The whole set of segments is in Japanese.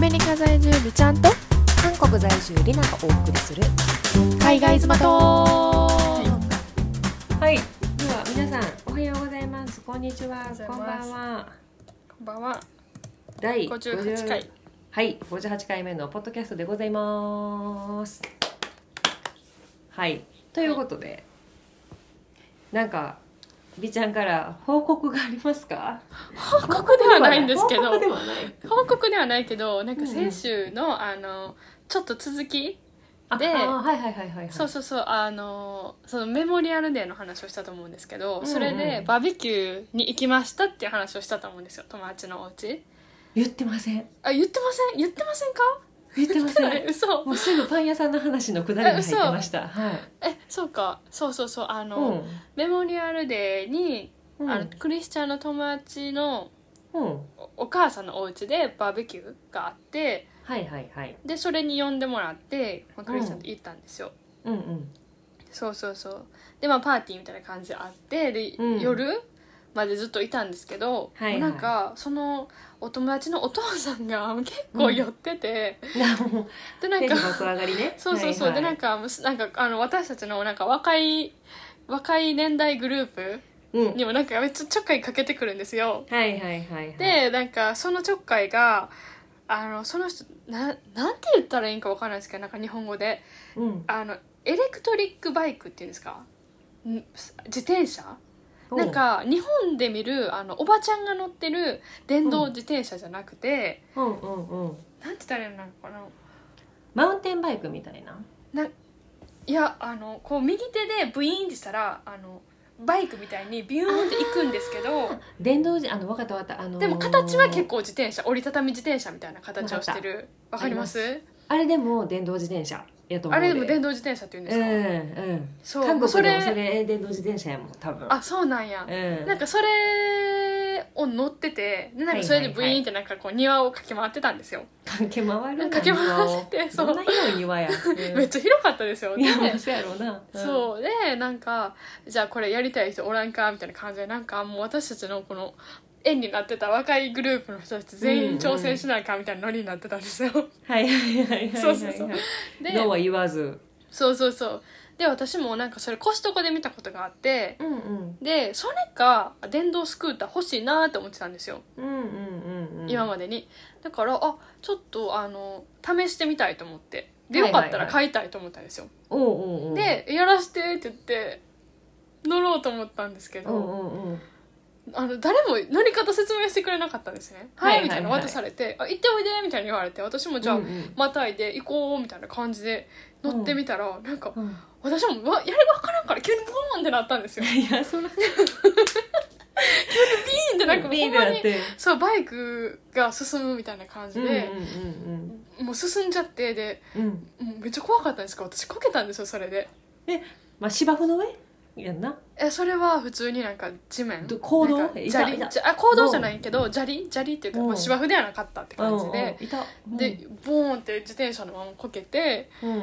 メリカ在住美ちゃんと韓国在住リナがお送りする海外妻とはいでは皆さんおはようございますこんにちはおはようこごんざばいますんはこんばんは第58回はい58回目のポッドキャストでございますはいということで、なんか美ちゃんから報告がありますか報告ではないんですけ報ど告ではない報告ではないけどなうんかんうん先週の、あのちょっと続きあであはいはいはいはいそうそうそうあのそのメモリアルデーの話をしたと思うんですけど、うんそれでバーベキューに行きましたっていう話をしたと思うんですよ友達のお家言ってませんあ言ってません言ってませんか言ってません嘘もうすぐパン屋さんの話のくだりに入ってましたはいえそうかそうそうそうあうの、んメモリアルデーに、うあのんクリスチャンの友達のうんおお母さんのお家でバーベキューがあってはいはいはいでそれに呼んでもらって、まあ、クリスチャンと行ったんですよ、うんうんそうそうそうでまあパーティーみたいな感じであってで、うん夜までずっといたんですけど、はいはいもうなんかそのお友達のお父さんが結構寄ってて、なもうでなんテンかション爆上がりね そうそうそう、はいはでなんいかむすなんかあの私たちのなんか若い若い年代グループうんにもなんかめっちゃちょっかいかけてくるんですよはいはいはいはいでなんかそのちょっかいがあのその人ななんて言ったらいいんかわからないですけどなんか日本語でうんあのエレクトリックバイクっていうんですかん自転車なんか日本で見るあのおばちゃんが乗ってる電動自転車じゃなくて、うんうんうんなんて言ったらいいのかなマウンテンバイクみたいないやあのこう右手でブイーンってしたらあのバイクみたいにビューンって行くんですけど電動自あのわかったわかったあのーでも形は結構自転車折りたたみ自転車みたいな形をしてるわわかかったりますわあれでも電動自転車やと思あうでれでも電動自転車って言うんですか、うんうんそう韓国そでもれそれ電動自転車やもん多分あそうなんやう、んなんかそれを乗っててでなんかそれでブイーンってなんかこう庭を駆け回ってたんですよ、駆け回る駆け回っててそそうんな広い庭や、うんめっちゃ広かったですよいでやまあそうやろうな、うんそうでなんかじゃあこれやりたい人おらんかみたいな感じでなんかもう私たちのこの縁になってた若いグループの人たち全員挑戦しないかみたいなノリになってたんですよ、はいはいはいはいはいそうそうそうでノーは言わずそうそうそうで私もなんかそれコストコで見たことがあってうんうんでそれか電動スクーター欲しいなーって思ってたんですよ、うんうんうんうん今までにだからあちょっとあの試してみたいと思ってでよかったら買いたいと思ったんですよ、おうおうおうで「やらして」って言って乗ろうと思ったんですけど、うんうんうんあの誰も乗り方説明してくれなかったんですね「ははいい」みたいなはいはい渡されて「あ行っておいで」みたいに言われて私もじゃあ、うんうんまたいで行こうみたいな感じで乗ってみたら、なんか うん私もわやり分からんから急にボーンってなったんですよいやそんなピーンってなんかビほーんルまやっにてそうバイクが進むみたいな感じで、うんもう進んじゃってでうんうんうんもうめっちゃ怖かったんですか私こけたんですよそれでまあ芝生の上やんなえそれは普通になんか地面ど行動なんかい砂た利いたじゃあ行動じゃないけど砂利砂利っていうか、うんまあ、芝生ではなかったって感じで、うんうんいたでボーンって自転車のままこけてうん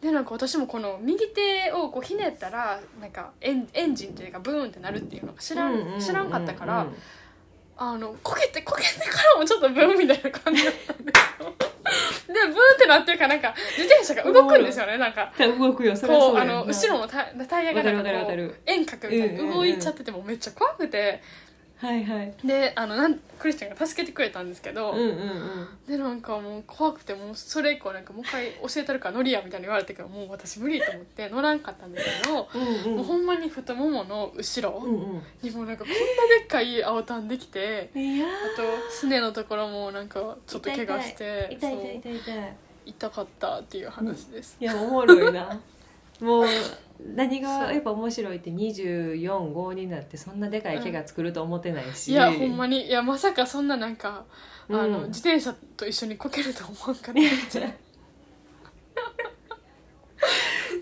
でなんか私もこの右手をこうひねったらなんかエンエンジンというかブーンってなるっていうのが知らん,、うんうんうん知らんかったから、あのこけてこけてからもちょっとブーンみたいな感じだ ったんですよでブーンってなってるからなんか自転車が動くんですよねなんかうん動くよそれはこそううあやんなの後ろのタイタイヤがわかるなわんかるわかこかうる遠隔みたいにうんうんうん動いちゃっててもめっちゃ怖くてはいはいであのなんクリスチャンが助けてくれたんですけど、うんうんうんでなんかもう怖くてもうそれ以降なんかもう一回教えたるから乗りやみたいに言われてからもう私無理と思って乗らんかったんですけど、うんもうほんまに太ももの後うろんうんにもなんかこんなでっかい青タンできていやーあとすねのところもなんかちょっと怪我して痛いそう痛い痛い痛い痛かったっていう話です、いやおもろい なもう何がやっぱ面白いって24号になってそんなでかい怪我作ると思ってないしいやほんまにいやまさかそんななんかあの、うん自転車と一緒にこけると思わん かった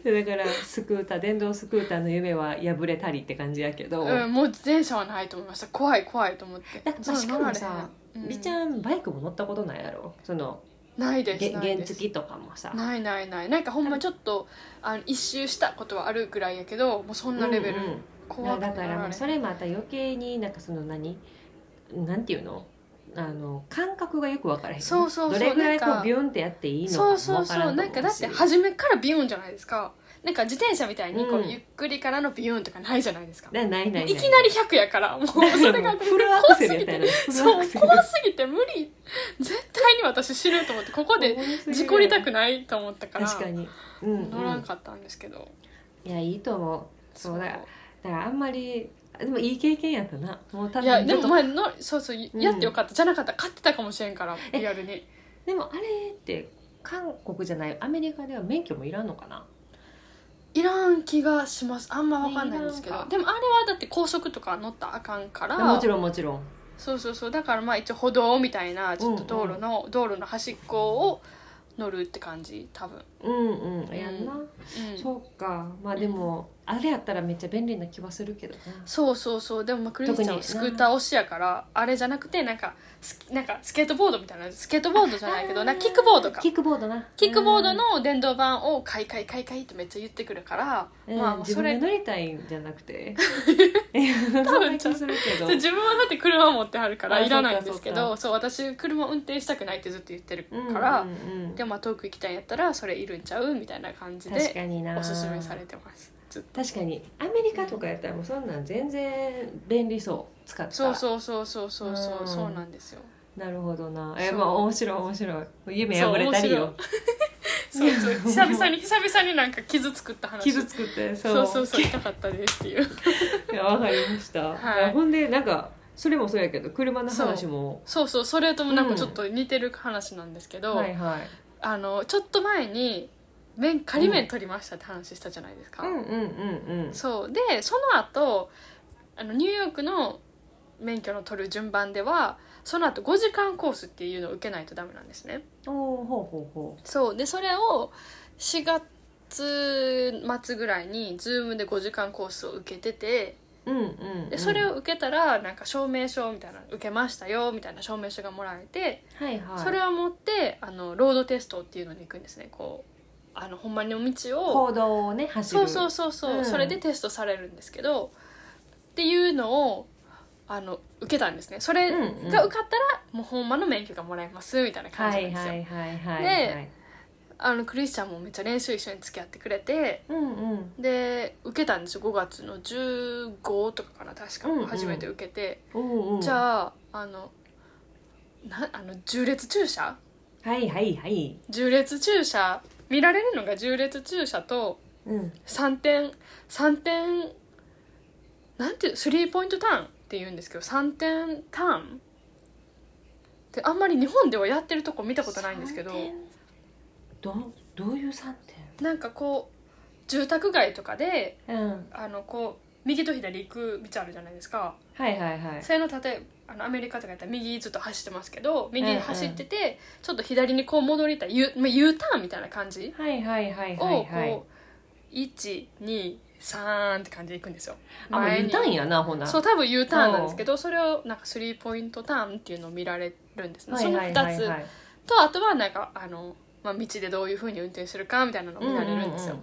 でだからスクーター電動スクーターの夢は破れたりって感じやけど、うん、もう自転車はないと思いました怖い怖いと思ってだまあしかもさうりちゃんバイクも乗ったことないやろそのないですげない原です付とかもさないないないなんかほんまちょっとあの一周したことはあるぐらいやけどもうそんなレベル、うんうん怖くだなかららもれうへんそれまた余計になんかその何なんていうのあの感覚がよく分からへんそうそうそうどれぐらいこなんうかビュンってやっていいのかもそうそう分かそらうんとなん思かだってし初めからビヨンじゃないですかなんか自転車みたいにこう、うんゆっくりからのビヨンとかないじゃないですかなないないないいきなり100 やからもうそれがフルアクセルやったよねフルアそうクセル怖すぎて無理絶対に私知ると思ってここで事故りたくないと思ったから確かに、うんうん乗らんかったんですけど、いやいいと思うそうだいだからあんまりでもいい経験やったなもう多分やでちょもっと前のそうそうやってよかった、じゃなかったら勝ってたかもしれんからえリアルにでもあれって韓国じゃないアメリカでは免許もいらんのかないらん気がしますあんま分かんないんですけいらんかどでもあれはだって高速とか乗ったらあかんからもちろんもちろんそうそうそうだからまあ一応歩道みたいなちょっと道路の、道路の端っこを乗るって感じ多分、うんうんやんな、うん、そうそうかまあでも、あれやったらめっちゃ便利な気はするけどなそうそうでもまあクリスチャン特はにスクーター推しやからあれじゃなくてなんかスキなんかスケートボードみたいなスケートボードじゃないけどなんかキックボードかキックボードなキックボード、の電動版を買い買い買い買いってめっちゃ言ってくるから、うんまあまあ自そ分れで乗りたいんじゃなく て多分気するけどで自分はだって車持ってはるからあいらないんですけどそそう私車運転したくないってずっと言ってるうんから、うんうんでもまあ遠く行きたいんやったらそれいるんちゃうみたいな感じ確でかになおすすめされてますずっと確かにアメリカとかやったらもうそんなん全然便利そう使ったらそうそうそうそうそうそう、うんそうなんですよなるほどなえそうまあ面白い面白い夢破れたりそうよ面そ うそう久々に久々になんか傷作った話傷つくってそうそうそうそう痛かったですっていういやわかりました、はいほんでなんかそれもそうやけど車の話もそうそうそれともなんかちょっと似てる話なんですけど、はいはいあのちょっと前に面仮面取りましたって話したじゃないですか、うんうんうんうんそうでその後あのニューヨークの免許の取る順番ではその後5時間コースっていうのを受けないとダメなんですねおーほうほうほそうでそれを4月末ぐらいに Zoom で5時間コースを受けててううんうん、うでん、それを受けたらなんか証明書みたいなの受けましたよみたいな証明書がもらえてはいはいそれを持ってあのロードテストっていうのに行くんですねこうあのほんまの道を行動をね走るそうそうそうそう、うんそれでテストされるんですけどっていうのをあの受けたんですねそれうがんうん受かったら、もうほんまの免許がもらえますみたいな感はじないんですよ、はいはいはいはいであのクリスチャンもめっちゃ練習一緒に付き合ってくれてうんうんで受けたんですよ5月の15とかかな確か、うんうん初めて受けて、うんうんじゃああのなあの縦列駐車はいはいはい縦列駐車見られるのが縦列駐車とうん3点3点なんていうスリーポイントターンって言うんですけど3点ターンってあんまり日本ではやってるとこ見たことないんですけど三点どどういう三なんかこう住宅街とかで点うんあのこう右と左行く道あるじゃないですかはいはいはいそれの例えあのアメリカとかやったら右ずっと走ってますけど右に走ってて、ちょっと左にこう戻りたい U, まあ U ターンみたいな感じはいはいはいをはこ、いうはい123って感じで行くんですよあもう言ったんやなほなそう多分 U ターンなんですけどそれをなんかスリーポイントターンっていうのを見られるんですね、はいはいそのは2いつはいとあとはなんかあの、まあ、道でどういうふうに運転するかみたいなのを見られるんですよ、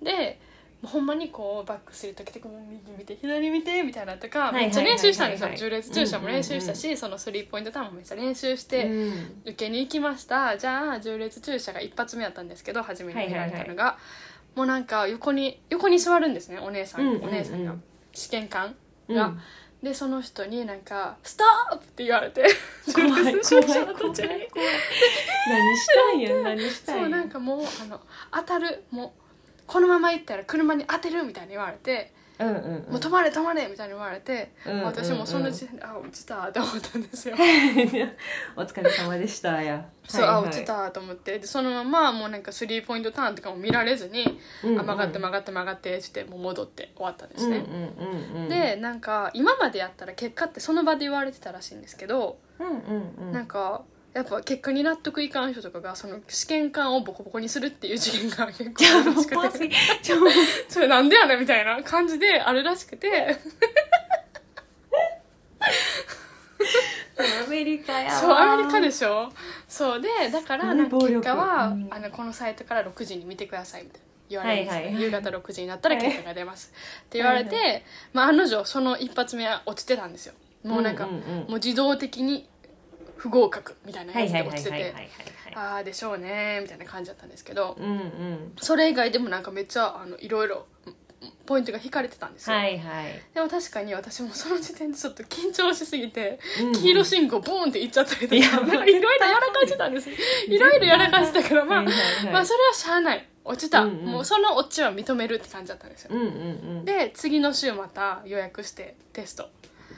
でもうほんまにこうバックする時とか右見て左見てみたいなとかいはいはいめっちゃ練習したんですよはいはい縦列駐車も練習したし、そのスリーポイントターンもめっちゃ練習して、うんうんうん受けに行きましたじゃあ縦列駐車が一発目やったんですけど初めに見られたのが、もうなんか横に横に座るんですねお姉さん、うんうんうんお姉さんが試験官うんが、でその人になんか「ストップ!」って言われて怖い怖い駐怖車いの怖途 い中に何したんや何したんやそうなんかもうあの当たるもうこのまま行ったら車に当てるみたいに言われてうんうん「うんもう止まれ止まれ!」みたいに言われて、うんうんうん私もその時点で「あ落ちた」って思ったんですよ。 お疲れ様でしたやそう、はいはいあ落ちたと思ってでそのままもうなんかスリーポイントターンとかも見られずにうんうんあ曲がって曲がって曲がってしてもう戻って終わったんですね、うんうんうんうんでなんか今までやったら結果ってその場で言われてたらしいんですけど、うんうんうんなんかやっぱ結果に納得いかん人とかがその試験官をボコボコにするっていう事件が結構 じゃああるもらうし怖くすてぎちょもうそれなんでやねんみたいな感じであるらしくてアメリカやわそうアメリカでしょそうでだからなんかすごい暴結力果は、うんあのこのサイトから6時に見てくださいみたいな言われるんですね、はいはい夕方6時になったら結果が出ます、って言われて、はまあ、案の定その一発目は落ちてたんですよもうなんか、うんうんうんもう自動的に不合格みたいなはやいつはいではい落はいちはいはていてああでしょうねみたいな感じだったんですけどうんうんそれ以外でもなんかめっちゃあのいろいろうんポイントが引かれてたんですよ、はいはいでも確かに私もその時点でちょっと緊張しすぎてうんうん黄色信号ボーンっていっちゃったりいとやかなんかいろいろやらかしてたんですいろいろやらかしてたからまあはいはいはいまあそれはしゃあない落ちた、うんうんもうその落ちは認めるって感じだったんですよ、うんうんうんで次の週また予約してテスト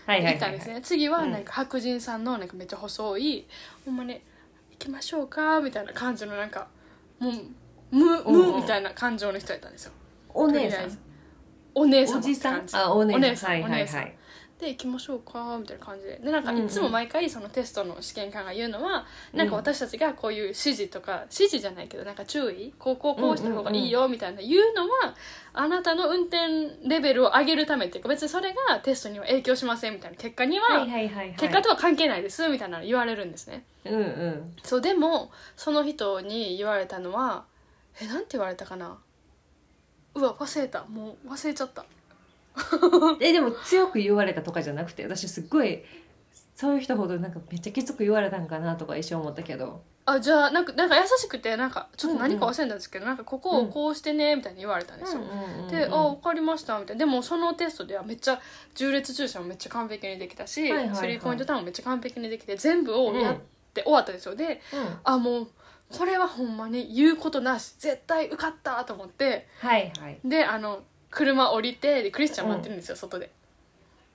はいはい行っはたんいですね、はい次はなんか白人さんのなんかめっちゃ細いほんまに「行きましょうか」みたいな感じのなんかもう「無」うんうん無みたいな感情の人やったんですよお姉とさりあえずんお姉さんおじさんああおお姉姉ささんんはいはおい姉さはんいで行きましょうかみたいな感じででなんかうんうんいつも毎回そのテストの試験官が言うのは、うんなんか私たちがこういう指示とか指示じゃないけどなんか注意こうこうこうした方がいいよみたいな言うのは、あなたの運転レベルを上げるためっていうか別にそれがテストには影響しませんみたいな結果には、はいはいはい結果とは関係ないですみたいなの言われるんですねうんうんそうでもその人に言われたのはえなんて言われたかなうわ忘れたもう忘れちゃったえでも強く言われたとかじゃなくて私すっごいそういう人ほどなんかめっちゃきつく言われたんかなとか一瞬思ったけどあじゃあなんかなんか優しくてなんかちょっうとんうん何か忘れたんですけど、なんかここをこうしてねみたいに言われたんですよ、で「あ分かりました」みたいなでもそのテストではめっちゃ重列注射もめっちゃ完璧にできたし、はいはいはいスリーポイントターンもめっちゃ完璧にできて全部をやって終わったんですよ、でうんうんあもうこれはほんまに言うことなし絶対受かったと思ってはいはいであの車降りてでクリスチャン待ってるんですよ、外で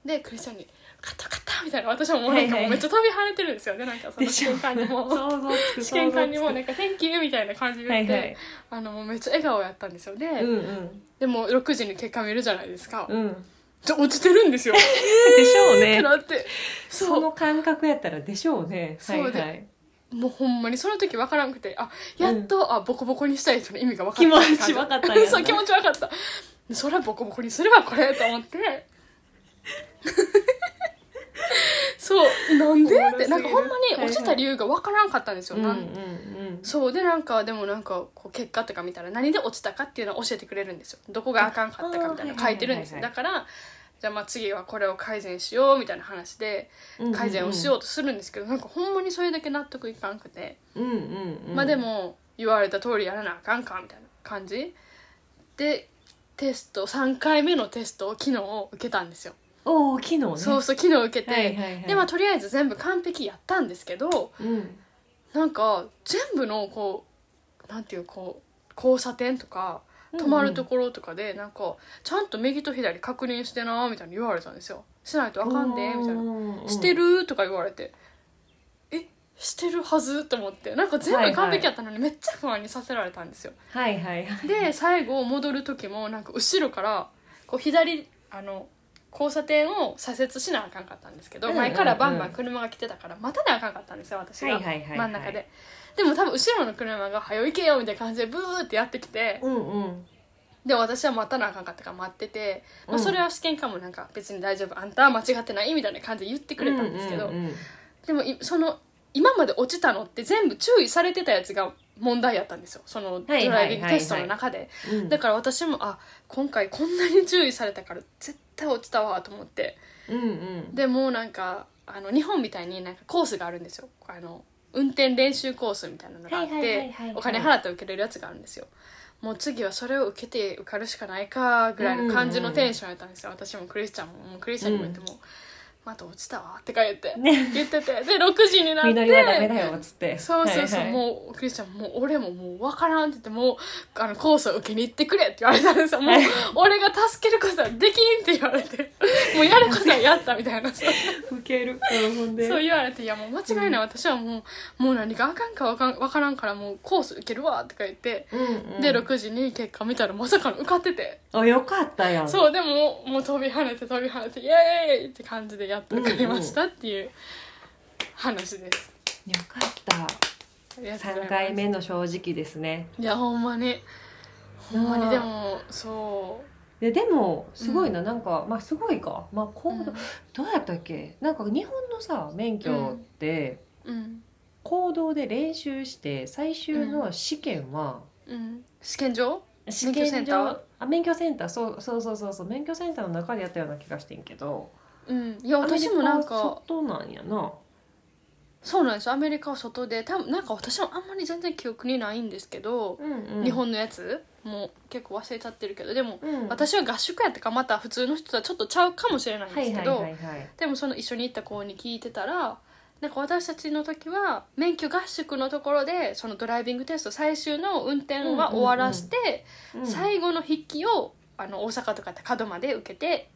でクリスチャンに「勝った勝った」みたいな私はもうなんかはいはもういめっちゃ飛び跳ねてるんですよねなんかそのでし試ょ験官にも想像つく試験官にも想像なんか「Thank you」みたいな感じつでくは言っいて、はいあのもうめっちゃ笑顔やったんですよで、うんうんでも6時に結果見るじゃないですか、うんちょ落ちてるんですよっでしょうてねなってそそうの感覚やったらでしょうねはそいうはでいもうほんまにその時分からんくてあやっと、あボコボコにしたい人の意味が分か気った持って感ちじ分かったんやな そう気持ち分かったそりゃボコボコにすればこれと思って そうなんでおもろっすぎてるなんかほんまはいにはい落ちた理由が分からんかったんですよ、うんうんうなんんそうでなんかでもなんかこう結果とか見たら何で落ちたかっていうのを教えてくれるんですよどこがあかんかったかみたいあなー書いてるんですはよいはだいからじゃあまあ次はこれを改善しようみたいな話でうん改善をしようとするんですけどなんかほんまにそれだけ納得いかんくてうんうんうんまあでも言われた通りやらなあかんかみたいな感じでテスト3回目のテストを昨日受けたんですよおお昨日ねそうそう昨日受けて、はいはいはいでまあとりあえず全部完璧やったんですけどうんなんか全部のこうなんていうこう交差点とか止まるところとかでなんかちゃんと右と左確認してなみたいに言われたんですよしないとあかんでみたいななしてるとか言われてえしてるはずと思ってなんか全部完璧やったのにめっちゃ不安にさせられたんですよはいはいはいで最後戻る時もなんか後ろからこう左あの交差点を左折しなあかんかったんですけど、うんうんうん前からバンバン車が来てたから待たなあかんかったんですよ私が、はいはいはいはい真ん中ででも多分後ろの車が「早よ行けよ」みたいな感じでブーってやってきてうんうんで私は待たなあかんかったから待ってて、まあ、うんそれは試験官もなんか別に大丈夫あんたは間違ってないみたいな感じで言ってくれたんですけど、うんうんうんでもいその今まで落ちたのって全部注意されてたやつが問題やったんですよそのドはいはいライビングテストの中で、うんだから私もあ今回こんなに注意されたから絶対落ちたわと思ってうんうんでもうなんかあの日本みたいになんかコースがあるんですよあの運転練習コースみたいなのがあっはいはいはいはていはいお金払って受けれるやつがあるんですよもう次はそれを受けて受かるしかないかぐらいの感じのテンションやったんですよ、私もクリスチャンももうクリスチャンにも言っても、また落ちたわって言って、 ね言っててで6時になってみのりはダメだよっつってそうそうそう、はいはいもうクリスチャンもう俺ももう分からんって言ってもうあのコースを受けに行ってくれって言われたんですよもうはい俺が助けることはできんって言われてもうやることはやったみたいなそうウケるうんほんでそう言われていやもう間違いない私はもうもう何があかんか分かん分からんからもうコース受けるわとか言って。うんうんで6時に結果見たらまさかの受かっててあよかったやんそうでももう飛び跳ねて飛び跳ねてイエーイって感じでやっと受かりましたっていう話です、よかったありがとうございま三す回目の正直ですねいやほんまにほんまにでもそうででもすごいな、なんかまあすごいかまあこう、うんどうやったっけなんか日本のさ免許って、うん行動で練習して最終の試験は、うん試験場試免許セ験ンター場あ免許センターそうそうそうそうそう免許センターの中でやったような気がしてんけどうんいや私もなんか外なんやなそうなんですアメリカは外で多分なんか私もあんまり全然記憶にないんですけど、うんうん日本のやつも結構忘れちゃってるけどでも、うん私は合宿やったからまた普通の人とはちょっとちゃうかもしれないんですけど、はいはいはいはいでもその一緒に行った子に聞いてたらなんか私たちの時は免許合宿のところでそのドライビングテスト最終の運転は終わらして、うん最後の筆記をあの大阪とかやったら門まで受けて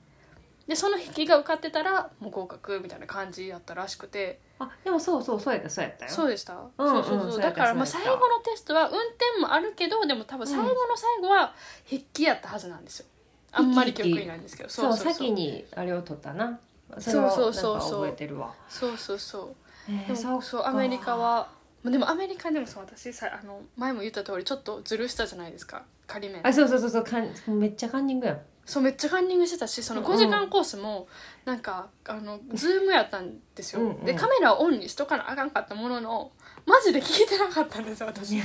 でその筆記が受かってたらもう合格みたいな感じやったらしくてあでもそうそうそうやったそうやったよそうでした、うんそううんそうそそううやだったからまあそう最や後ったのテストは運転もあるけどでも多分最後の最後は筆記やったはずなんですよあんまり記憶にないんですけどそうそう先にあれを取ったなそれをそうなそうそうそうんか覚えてるわそうそうそうえでーもそうっかアメリカはまあでもアメリカでもそう私さあの前も言った通りちょっとずるしたじゃないですか仮面あそうそうそうそうかんめっちゃカンニ ングやんそうめっちゃカンニングしてたしそのうん5時間コースもなんかあのズームやったんですようんうんでカメラをオンにしとかなあかんかったもののマジで聞いてなかったんですよ私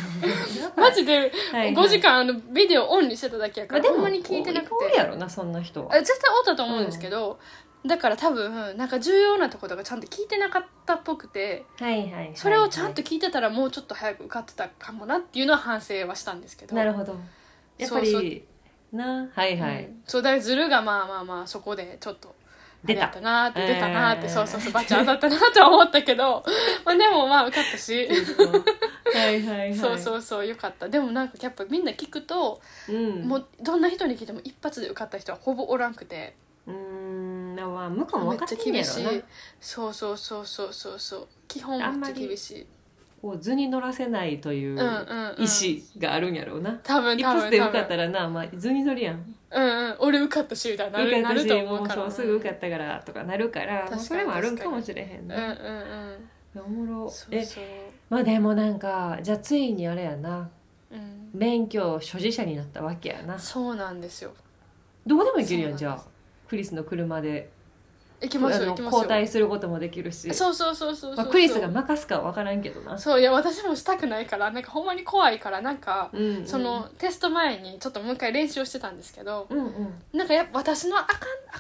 マジではい5時間あのビデオオンにしてただけやかまあらでほんもまに聞いてなくおおるてやろなそんな人はあ絶対おったと思うんですけどだから多分なんか重要なとことかちゃんと聞いてなかったっぽくてはいはいはいはいそれをちゃんと聞いてたらもうちょっと早く受かってたかもなっていうのは反省はしたんですけどなるほどやっぱそうりなはいはい、うんそうだからズルがまあまあまあそこでちょっと出たあれやったなーって出たなーって、えーそうそうそうバチ当たったなーとは思った けどまあでもまあ受かったしはいはいはい、そうそううそうよかったでもなんかやっぱみんな聞くと、うん、もうどんな人に聞いても一発で受かった人はほぼおらんくてうーんまあ向こうもめ分っかっちゃてんね厳やしろいなそうそうそうそうそうそう基本あんめまっりちゃ厳しいこう図に乗らせないといううんうん、うん、意思があるんやろうな、多分一多発分で多受かった分らな、まあ、図に乗りやんうんうん俺受かったしみたいにな受かるなったるしと思もううからそうすぐ受かったからとかなるから確かもうにそれもあるんかもしれへんうんうんね、うんおもろそうえそうまあでもなんかじゃあついにあれやなうん免許所持者になったわけやなそうなんですよ。どこでも行けるやんそじうゃなんであクリスの車で行きあますよ、行のきますよ。交代することもできるしそうそうそうそうそう。まあ、クリスが任すかは分からんけどな、そういや私もしたくないからなんかほんまに怖いからなんか、うんうんそのテスト前にちょっともう一回練習をしてたんですけどうんうんなんかやっぱ私のあかんあ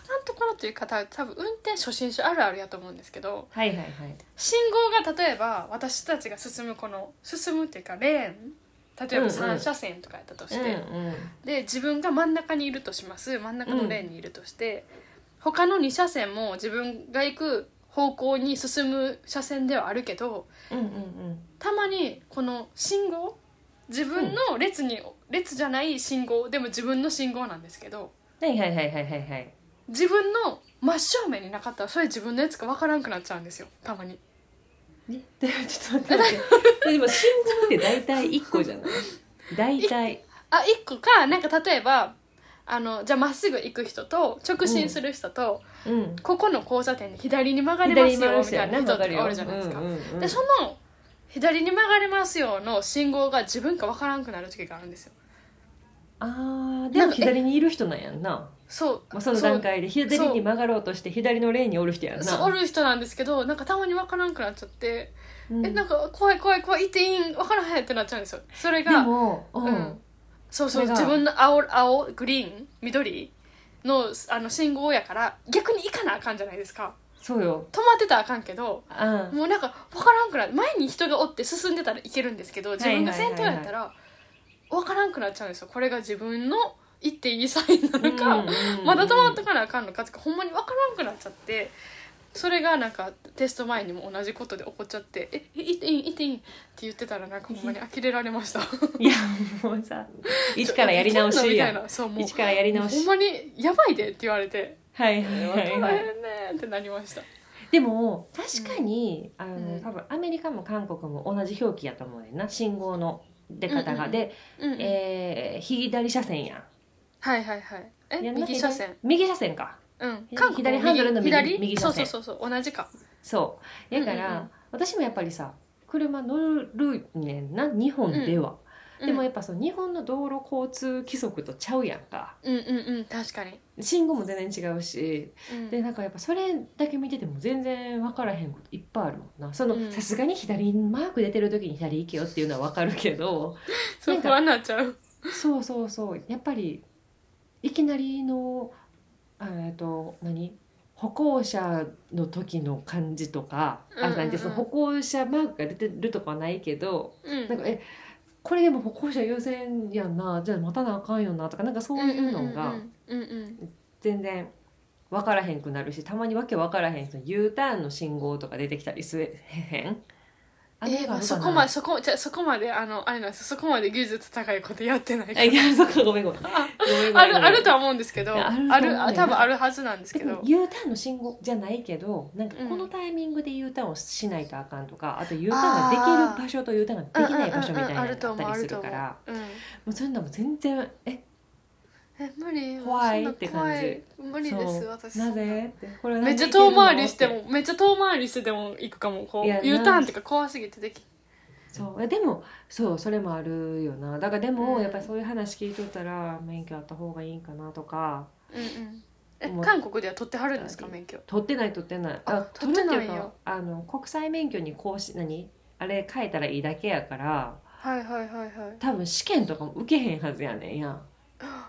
かんところという方多分運転初心者あるあるやと思うんですけどはいはいはい信号が例えば私たちが進むこの進むっていうかレーン例えうんうばん3車線とかやったとして、うんうんで自分が真ん中にいるとします真ん中のレーンにいるとして、他の2車線も自分が行く方向に進む車線ではあるけどうんうんたまにこの信号自分の列に、列じゃない信号でも自分の信号なんですけどうんはいはいはいはいはいはい自分の真正面になかったらそれ自分のやつか分からんくなっちゃうんですよたまにえでちょっと待って待ってでも信号って大体一個じゃない大体あ一個かなんか例えばあのじゃあまっすぐ行く人と直進する人と、うんここの交差点で左に曲がりま左にすよ回る人やみたいなな人曲とかがるよあるじゃないですか、うんうんうんでその左に曲がれますよの信号が自分か分からんくなる時があるんですよあーでなんもかえ左にいる人なんやんなそう、まあ、その段階で左に曲がろうとして左のレーンにおる人やんなそうおる人なんですけどなんかたまに分からんくなっちゃって、うんえなんか怖い怖い怖い行っていいん分からへんってなっちゃうんですよそれでがも、うんうんそうそそうれが自分の青青グリーン緑のあの信号やから逆に行かなあかんじゃないですかそうよ、止まってたらあかんけどうん、もうなんか分からんくなる前に人がおって進んでたらいけるんですけど自分が先頭やったら分からんくなっちゃうんですよこれが自分の行っていいサインなのか、まだ止まっとかなあかんのかとかほんまに分からんくなっちゃってそれがなんかテスト前にも同じことで起こっちゃって「ええ行っていい行っていい」って言ってたらなんかほんまに呆れられましたいやもうさ一からやり直しいけんやのみたいな そうもう一からやり直ほんしまに「やばいで」って言われてはい「はい分かはらへいんはいね」ってなりましたでも確かに、あのうん多分アメリカも韓国も同じ表記やと思うねんな信号の出方うんが、うんで、うんうん、えー左車線やんはいはいはいえいや右車線右車線かうん左韓国もハンドルの右左右車線そうそうそうそう同じかそうだから、うんうんうん私もやっぱりさ車乗るねんな日本では、でもやっぱその日本の道路交通規則とちゃうやんかうんうんうんうん確かに、信号も全然違うしうんでなんかやっぱそれだけ見てても全然分からへんこといっぱいあるもんなそのうんさすがに左マーク出てる時に左行けよっていうのは分かるけどそうなん不か安になっちゃうそうそうそうやっぱりいきなりのえっと何歩行者の時の感じとか、うんうんうんあなんてその歩行者マークが出てるとかはないけど、うんなんかえこれでも歩行者優先やんなじゃあ待たなあかんよなとかなんかそういうのがうんうんうん全然分からへんくなるし、たまにわけ分からへんその U ターンの信号とか出てきたりすえへんあえれがあるかそなこまでそこじゃあそこまであのあれなんですよそこまで技術高いことやってないからあいやそこごめんごめんごめんごめん あるあるとは思うんですけどいやああると思うるねあ多分あるはずなんですけでもど U ターンの信号じゃないけどなんかうんこのタイミングで U ターンをしないとあかんとか、あと U ターンができる場所と U ターンができない場所みたいなのがあったりするかうんうんうんらもあると思うあると思ううんうそういうのも全然ええ無理怖いそんなって感じ怖い無理ですそう私なぜってこれめっちゃ遠回りしてもめっちゃ遠回りしてでも行くかもこういや U ターンとか怖すぎてできそうえでもそうそれもあるよなだからでも、うんやっぱりそういう話聞いとったら免許あった方がいいんかなとかうんうんえもう韓国では取ってはるんですか免許取ってない取ってないあ取ってないよ取るうかあの国際免許にこうし何あれ変えたらいいだけやからはいはいはいはい多分試験とかも受けへんはずやねんやん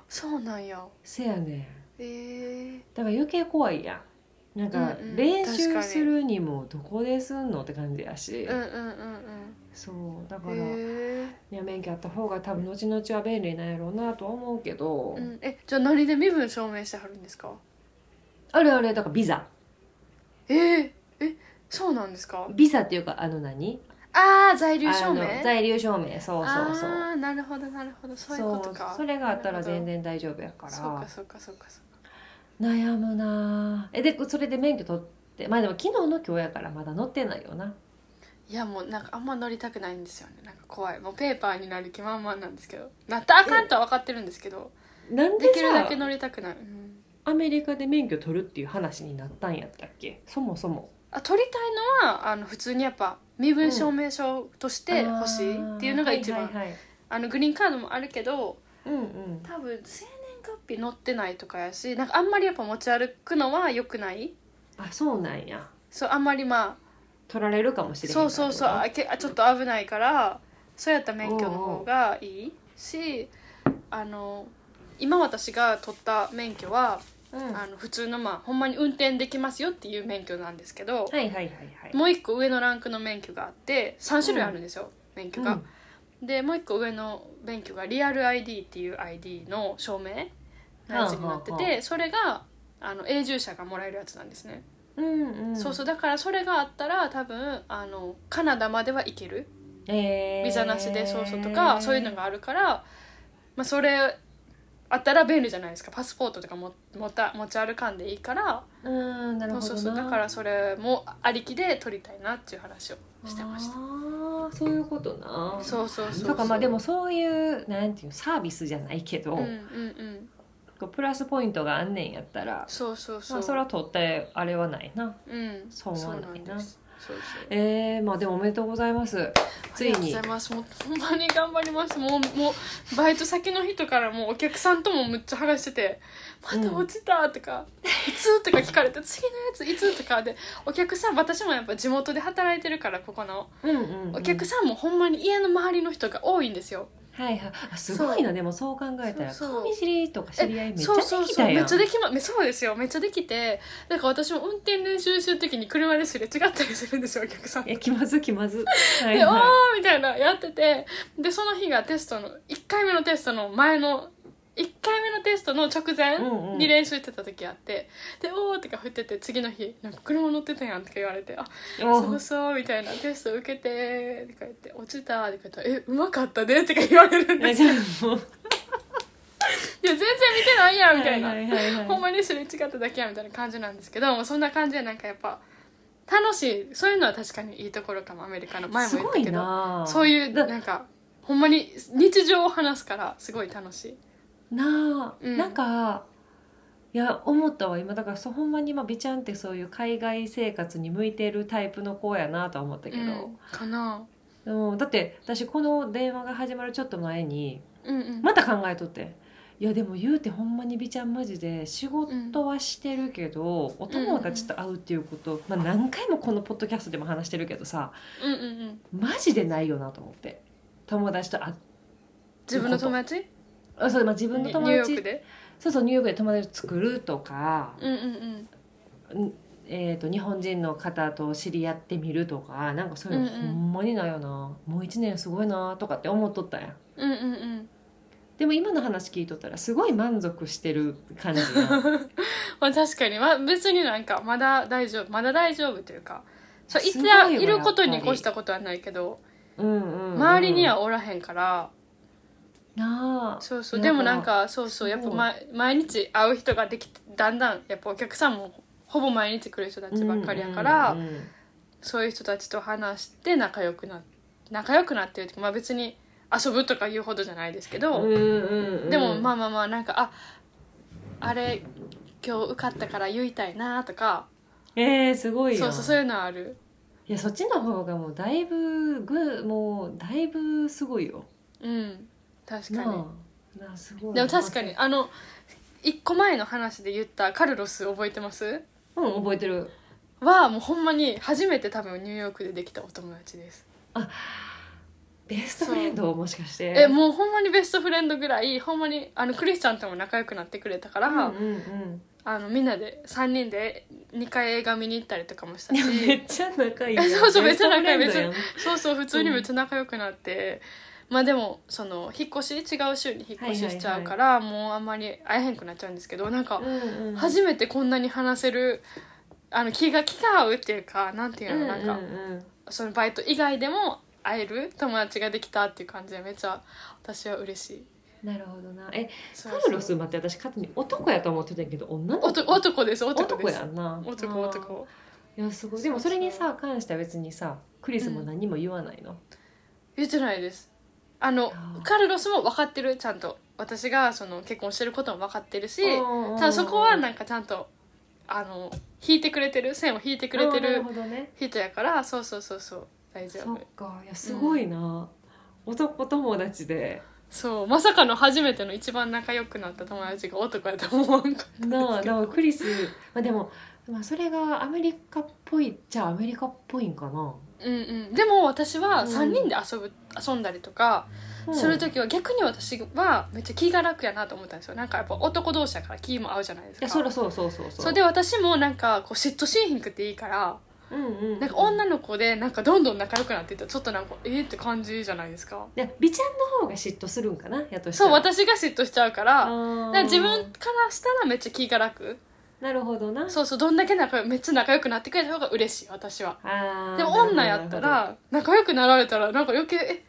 そうなんやせやねんえー、だから余計怖いやんなんかうんうん練確習かにするにもどこですんのって感じやし、うんうんうんそうだかうら、んえいや免許あった方が多分後々は便利なんやろうなとは思うけど、ーうん、えじゃあ何で身分証明してはるんですかあれあれだからビザえー、えそうなんですかビザっていうかあの何ああ在留証あの明在留証明そうそうそうああなるほどなるほどそういうことかそうそれがあったら全然大丈夫やかそうからそうかそうかそうか悩むなあえでそれで免許取ってまあでも昨日の今日やからまだ乗ってないよないやもうなんかあんま乗りたくないんですよねなんか怖いもうペーパーになる気満々なんですけどなったらあかんとは分かってるんですけどなんでできるださけ乗りたくない、うんアメリカで免許取るっていう話になったんやったっけそもそもあ取りたいのはあの普通にやっぱ身分証明書として欲しいっていうのが一番、あーはいはいはいあのグリーンカードもあるけどうんうん多分生年月日乗ってないとかやしなんかあんまりやっぱ持ち歩くのは良くないあそうなんやそうあんまりまあ取られるかもしれないそうそうそうあけあちょっと危ないからそうやったら免許の方がいいしあの今私が取った免許は、うん、はあの普通のまあほんまに運転できますよっていう免許なんですけど、いはいはいはいもう一個上のランクの免許があって3種類あるんですよ、免許が、でもう一個上の免許がリアル ID っていう ID の証明のやつになってはあはあてそれがあの永住者がもらえるやつなんですねうんうんうんそうそうだからそれがあったら多分あのカナダまでは行けるえービザなしでそうそうとかそういうのがあるから、まあ、それあったら便利じゃないですかパスポートとかも持た持ち歩かんでいいからうんなるほどなそうそうそうだからそれもありきで取りたいなっていう話をしてましたあーそういうことなそうそうそうとかまあでもそういうなんていうサービスじゃないけど、うんうんうんこうプラスポイントがあんねんやったらそうそうそ,、まそあ、うそれは取ってあれはないなうん損はないなそうですそうそうえー、まあでもおめでとうございますついありにがとうございますもうほんまに頑張りますもうもうバイト先の人からもうお客さんともむっちゃ話してて「また落ちた」とか「いつ?」とか聞かれて「次のやついつ?」とかでお客さん私もやっぱ地元で働いてるからここのうんうんうんお客さんもほんまに家の周りの人が多いんですよはいはいあすごいなでもそう考えたらそうそう顔見知りとか知り合いめっちゃそうそうできそたうめやっんちゃできまめそうですよめっちゃできてだから私も運転練習してる時に車ですれ違ったりするんですよお客さんとえ気まず気ま ずはいで、おーはみたいなやっててでその日がテストの1回目のテストの前の1回目のテストの直前うんうんに練習してた時あって、で「おー」とか振ってて次の日「なんか車乗ってたやん」とか言われて「あいおそうそう」みたいな「テスト受けて」とか言って「落ちた」とか言ったら「えうまかったで」とか言われる んえでじすよゃあもう「いや全然見てないやん」みたいな、はいはいはいほんはいまにすれ違っただけやみたいな感じなんですけどもうそんな感じでなんかやっぱ楽しいそういうのは確かにいいところかもアメリカの前もす言っごたいけど。なそういうだなんかほんまに日常を話すからすごい楽しい。なあ、うんなんかいや思ったわ今だからそうほんまに今ビちゃんってそういう海外生活に向いてるタイプの子やなとは思ったけど、うんかな。でもだって私この電話が始まるちょっと前にうんうん。また考えとっていやでも言うてほんまに美ちゃんマジで仕事はしてるけど、お友達と会うっていうこと、まあ、何回もこのポッドキャストでも話してるけどさうんうんうん。マジでないよなと思って友達と会っ自分の友達？あそう、まあ、自ニ分のュ友ーヨーク達で？そうそうニューヨークで友達を作るとか、うんうんうん。んえー、と日本人の方と知り合ってみるとかなんかそういうのうんほうんんまにないよな、もう1年すごいなとかって思っとったやんうんうんうんでも今の話聞いとったらすごい満足してる感じや んまあ確かに、まあ、別になんかまだ大丈夫まだ大丈夫というかそういすごいたわいることにやっぱり越したことはないけどうんうんうん周りにはおらへんから、なあそうそうだかでらもなんかそうそうやっぱ、ま、毎日会う人ができてだんだんやっぱお客さんもほぼ毎日来る人たちばっかりやから、うんうんうんそういう人たちと話して仲良くな仲良くなってるっていうかまあ別に遊ぶとかいうほどじゃないですけど、でもまああまあまあなんかああれ今日受かったから言いたいなとかえー、すごいよそうそうそういうのはあるいやそっちの方がもうだいぶぐもうだいぶすごいようん確なかにあなあすごいでなも確かにあの一個前の話で言ったカルロス覚えてますうん覚えてるはもうほんまに初めて多分ニューヨークでできたお友達ですベストフレンドもしかしてえもうほんまにベストフレンドぐらいほんまにあのクリスチャンとも仲良くなってくれたから、うんうんうんあのみんなで3人で2回映画見に行ったりとかもしたいやめしっちゃ仲いいそうそうめっちゃ仲いいベストフレンドやんそうそう普通にめっちゃ仲良くなって、まあでもその引っ越し違う州に引っ越ししちゃうから、もうあんまり会えへんくなっちゃうんですけどなんかうんうん初めてこんなに話せるあの気が利か合うっていうかなんていうの、なんかんそのバイト以外でも会える友達ができたっていう感じでめっちゃ私は嬉しい。なるほどなえそカうそうルロス待って私勝手に男やと思ってたんやけど女の子男男です男男ですやんな男あ男ーいやすごいでもそれにさ関しては別にさクリスも何も言わないの、言ってないですあのあーカルロスも分かってるちゃんと私がその結婚してることも分かってるしうんただそこはなんかちゃんとあの引いてくれてる線を引いてくれあてーなるほどね人やからそうそうそうそう大丈そっ夫かいやすごいな、男友達で そうまさかの初めての一番仲良くなった友達が男やと思わんかったんですなあけでどもクリス、まあ、でも、まあ、それがアメリカっぽいじゃあアメリカっぽいんかな、うんうん、でも私はうん3人で遊ぶ、遊んだりとかするい時は逆に私はめっちゃ気が楽やなと思ったんですよなんかやっぱ男同士やから気も合うじゃないですかやそらそうそうそうそうそれで私もなんかこう嫉妬しんひんくていいからうんうんなんか女の子でなんかどんどん仲良くなっていったらちょっとなんかえー、って感じじゃないですかで美ちゃんの方が嫉妬するんかなやとしたそうら私が嫉妬しちゃうかあらーだから自分からしたらめっちゃ気が楽なるほどなそうそうどんだけ仲良めっちゃ仲良くなってくれた方が嬉しい私はあーでもなるほど女やったら仲良くなられたらなんか余計え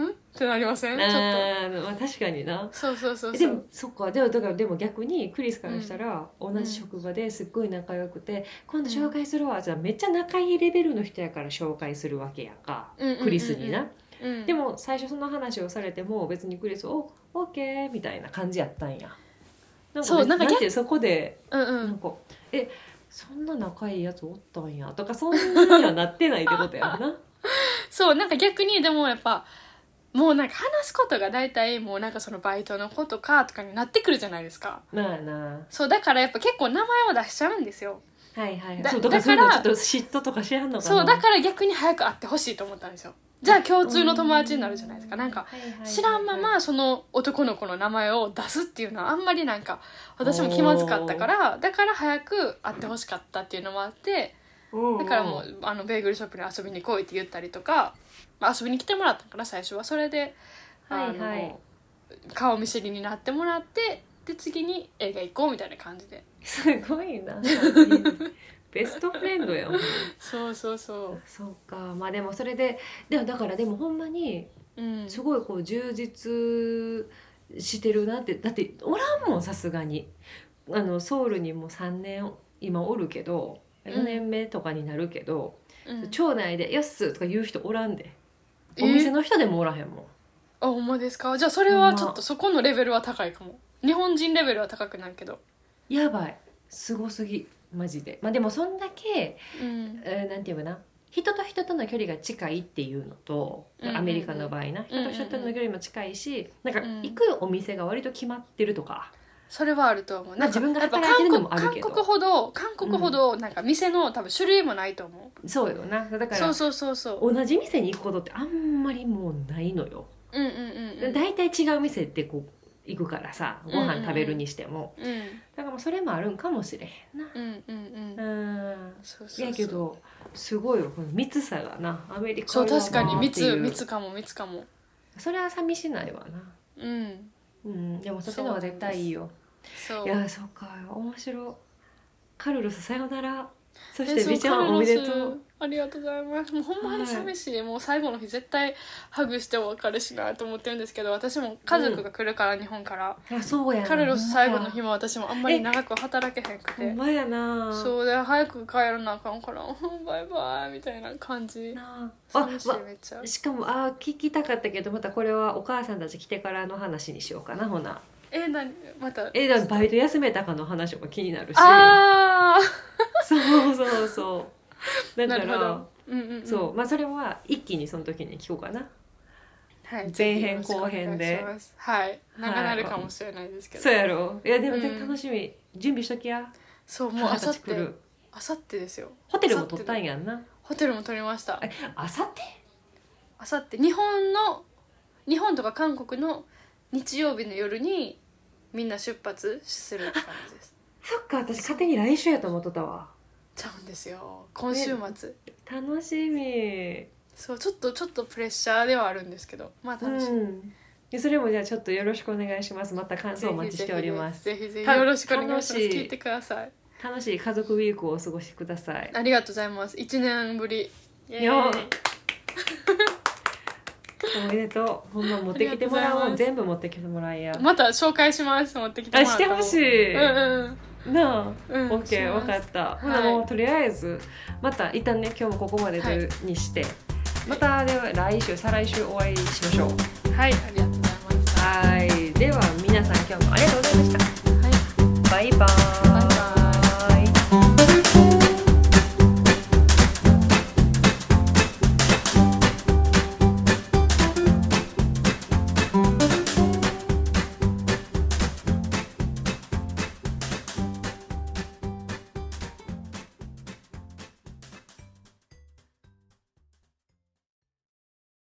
んってなりませんなちょるほどっあーまあ確かになとそうそうそうえでそうもそっかでもだからでも逆にクリスからしたら、同じ職場ですっごい仲良くて、今度紹介するわじゃあめっちゃ仲いいレベルの人やから紹介するわけやんか、うんうんうんうんクリスにな、うんでも最初その話をされても別にクリス「おオッケー」みたいな感じやったんやなんかそうねなんかなんてそこでうんうなんんか「えそんな仲いいやつおったんや」とかそんなにはなってないってことやん なそうなんか逆にでもやっぱもうなんか話すことが大体もうなんかそのバイトのことかとかになってくるじゃないですかまあなそうだからやっぱ結構名前を出しちゃうんですよはいはいだそうだからそういだかうのらちょっと嫉妬とかしはんのかなそうだから逆に早く会ってほしいと思ったんですよじゃあ共通の友達になるじゃないですかなんか知らんままその男の子の名前を出すっていうのはあんまりなんか私も気まずかったからだから早く会ってほしかったっていうのもあってだからもうあのベーグルショップに遊びに来いって言ったりとか、まあ、遊びに来てもらったから最初はそれで、はいはいあの顔見知りになってもらってで次に映画行こうみたいな感じですごいな本当にベストフレンドやもんそうそうそそうかまあでもそれででもだからでもほんまにううんすごいこう充実してるなってだっておらんもんさすがにあのソウルにも3年今おるけどん4年目とかになるけど、うん町内で「よっす」とか言う人おらんでえお店の人でもおらへんもん、あほんまですかじゃあそれはちょっとそこのレベルは高いかも日本人レベルは高くないけどやばいすごすぎマジでまあでもそんだけうんえーなんていうかな人と人との距離が近いっていうのと、うんうんうんアメリカの場合な人と人との距離も近いし、なんかうん行くお店が割と決まってるとか、それはあると思うまあなん自か分がやっぱ働いて韓るの国もある韓けど国ほど韓国ほどなんか店の多分種類もないと思そうよなだうかそうらそうそうそう同じ店に行くことってあんまりもうないのよ、うんうんうんうんだいたい違う店ってこう行くからさご飯食べるにしても、うんだからもうそれもあるんかもしれへんなうんうんうんうんそうそういやけどすごいよこの密さがなアメリカそうはな確かにってい密う密かも密かもそれは寂しないわなうんうんでもそっちの方が絶対いいよそういやそっか面白いカルロスさよならそしえてそう美ちゃカルんロおめスでとうありがとうございますもうほんまに寂しい、もう最後の日絶対ハグしてお別れしないと思ってるんですけど私も家族が来るから、日本からあそうやなカルロス最後の日も私もあんまり長く働けへんくほんてまやなそうで早く帰らなあかんから うんバイバイみたいな感じなあ寂しいわめっちゃしかもあ聞きたかったけどまたこれはお母さんたち来てからの話にしようかなほなえ何またえだからバイト休めたかの話も気になるしあそうそうそうあだなかるほらどうんうん、うん、そうまあそれは一気にその時に聞こうかなはい、前編後編でよろしくお願いしますはい長なるかもしれないですけど、そうやろいやでもうん絶対楽しみ、準備しときやそうもう母あたさっち来てるあさってですよホテルも取ったんやんなホテルも取りましたえあさってあさって日本の日本とか韓国の日曜日の夜にみんな出発するって感じですそっか私勝手に来週やと思っとったわちゃうんですよ今週末楽しみそうちょっとちょっとプレッシャーではあるんですけどまあ楽しみ、うんでそれもじゃあちょっとよろしくお願いしますまた感想お待ちしておりますぜひぜひぜひたよろしくお願いします楽しい聞いてください楽しい家族ウィークをお過ごしくださ いありがとうございます一年ぶりイエーイよおめでとうほんま持ってきてもらあおりがとうございまうす全部持ってきてもらいやまた紹介します持ってきてもあらっしたてもんほしい、うんなあうんうんオッケー分かっった、いほなもうとりあえずまた一旦ね今日もここまでというにして、またでは来週再来週お会いしましょうたはいありがとうございましたはいでは皆さん今日もありがとうございましたはいバイバーイ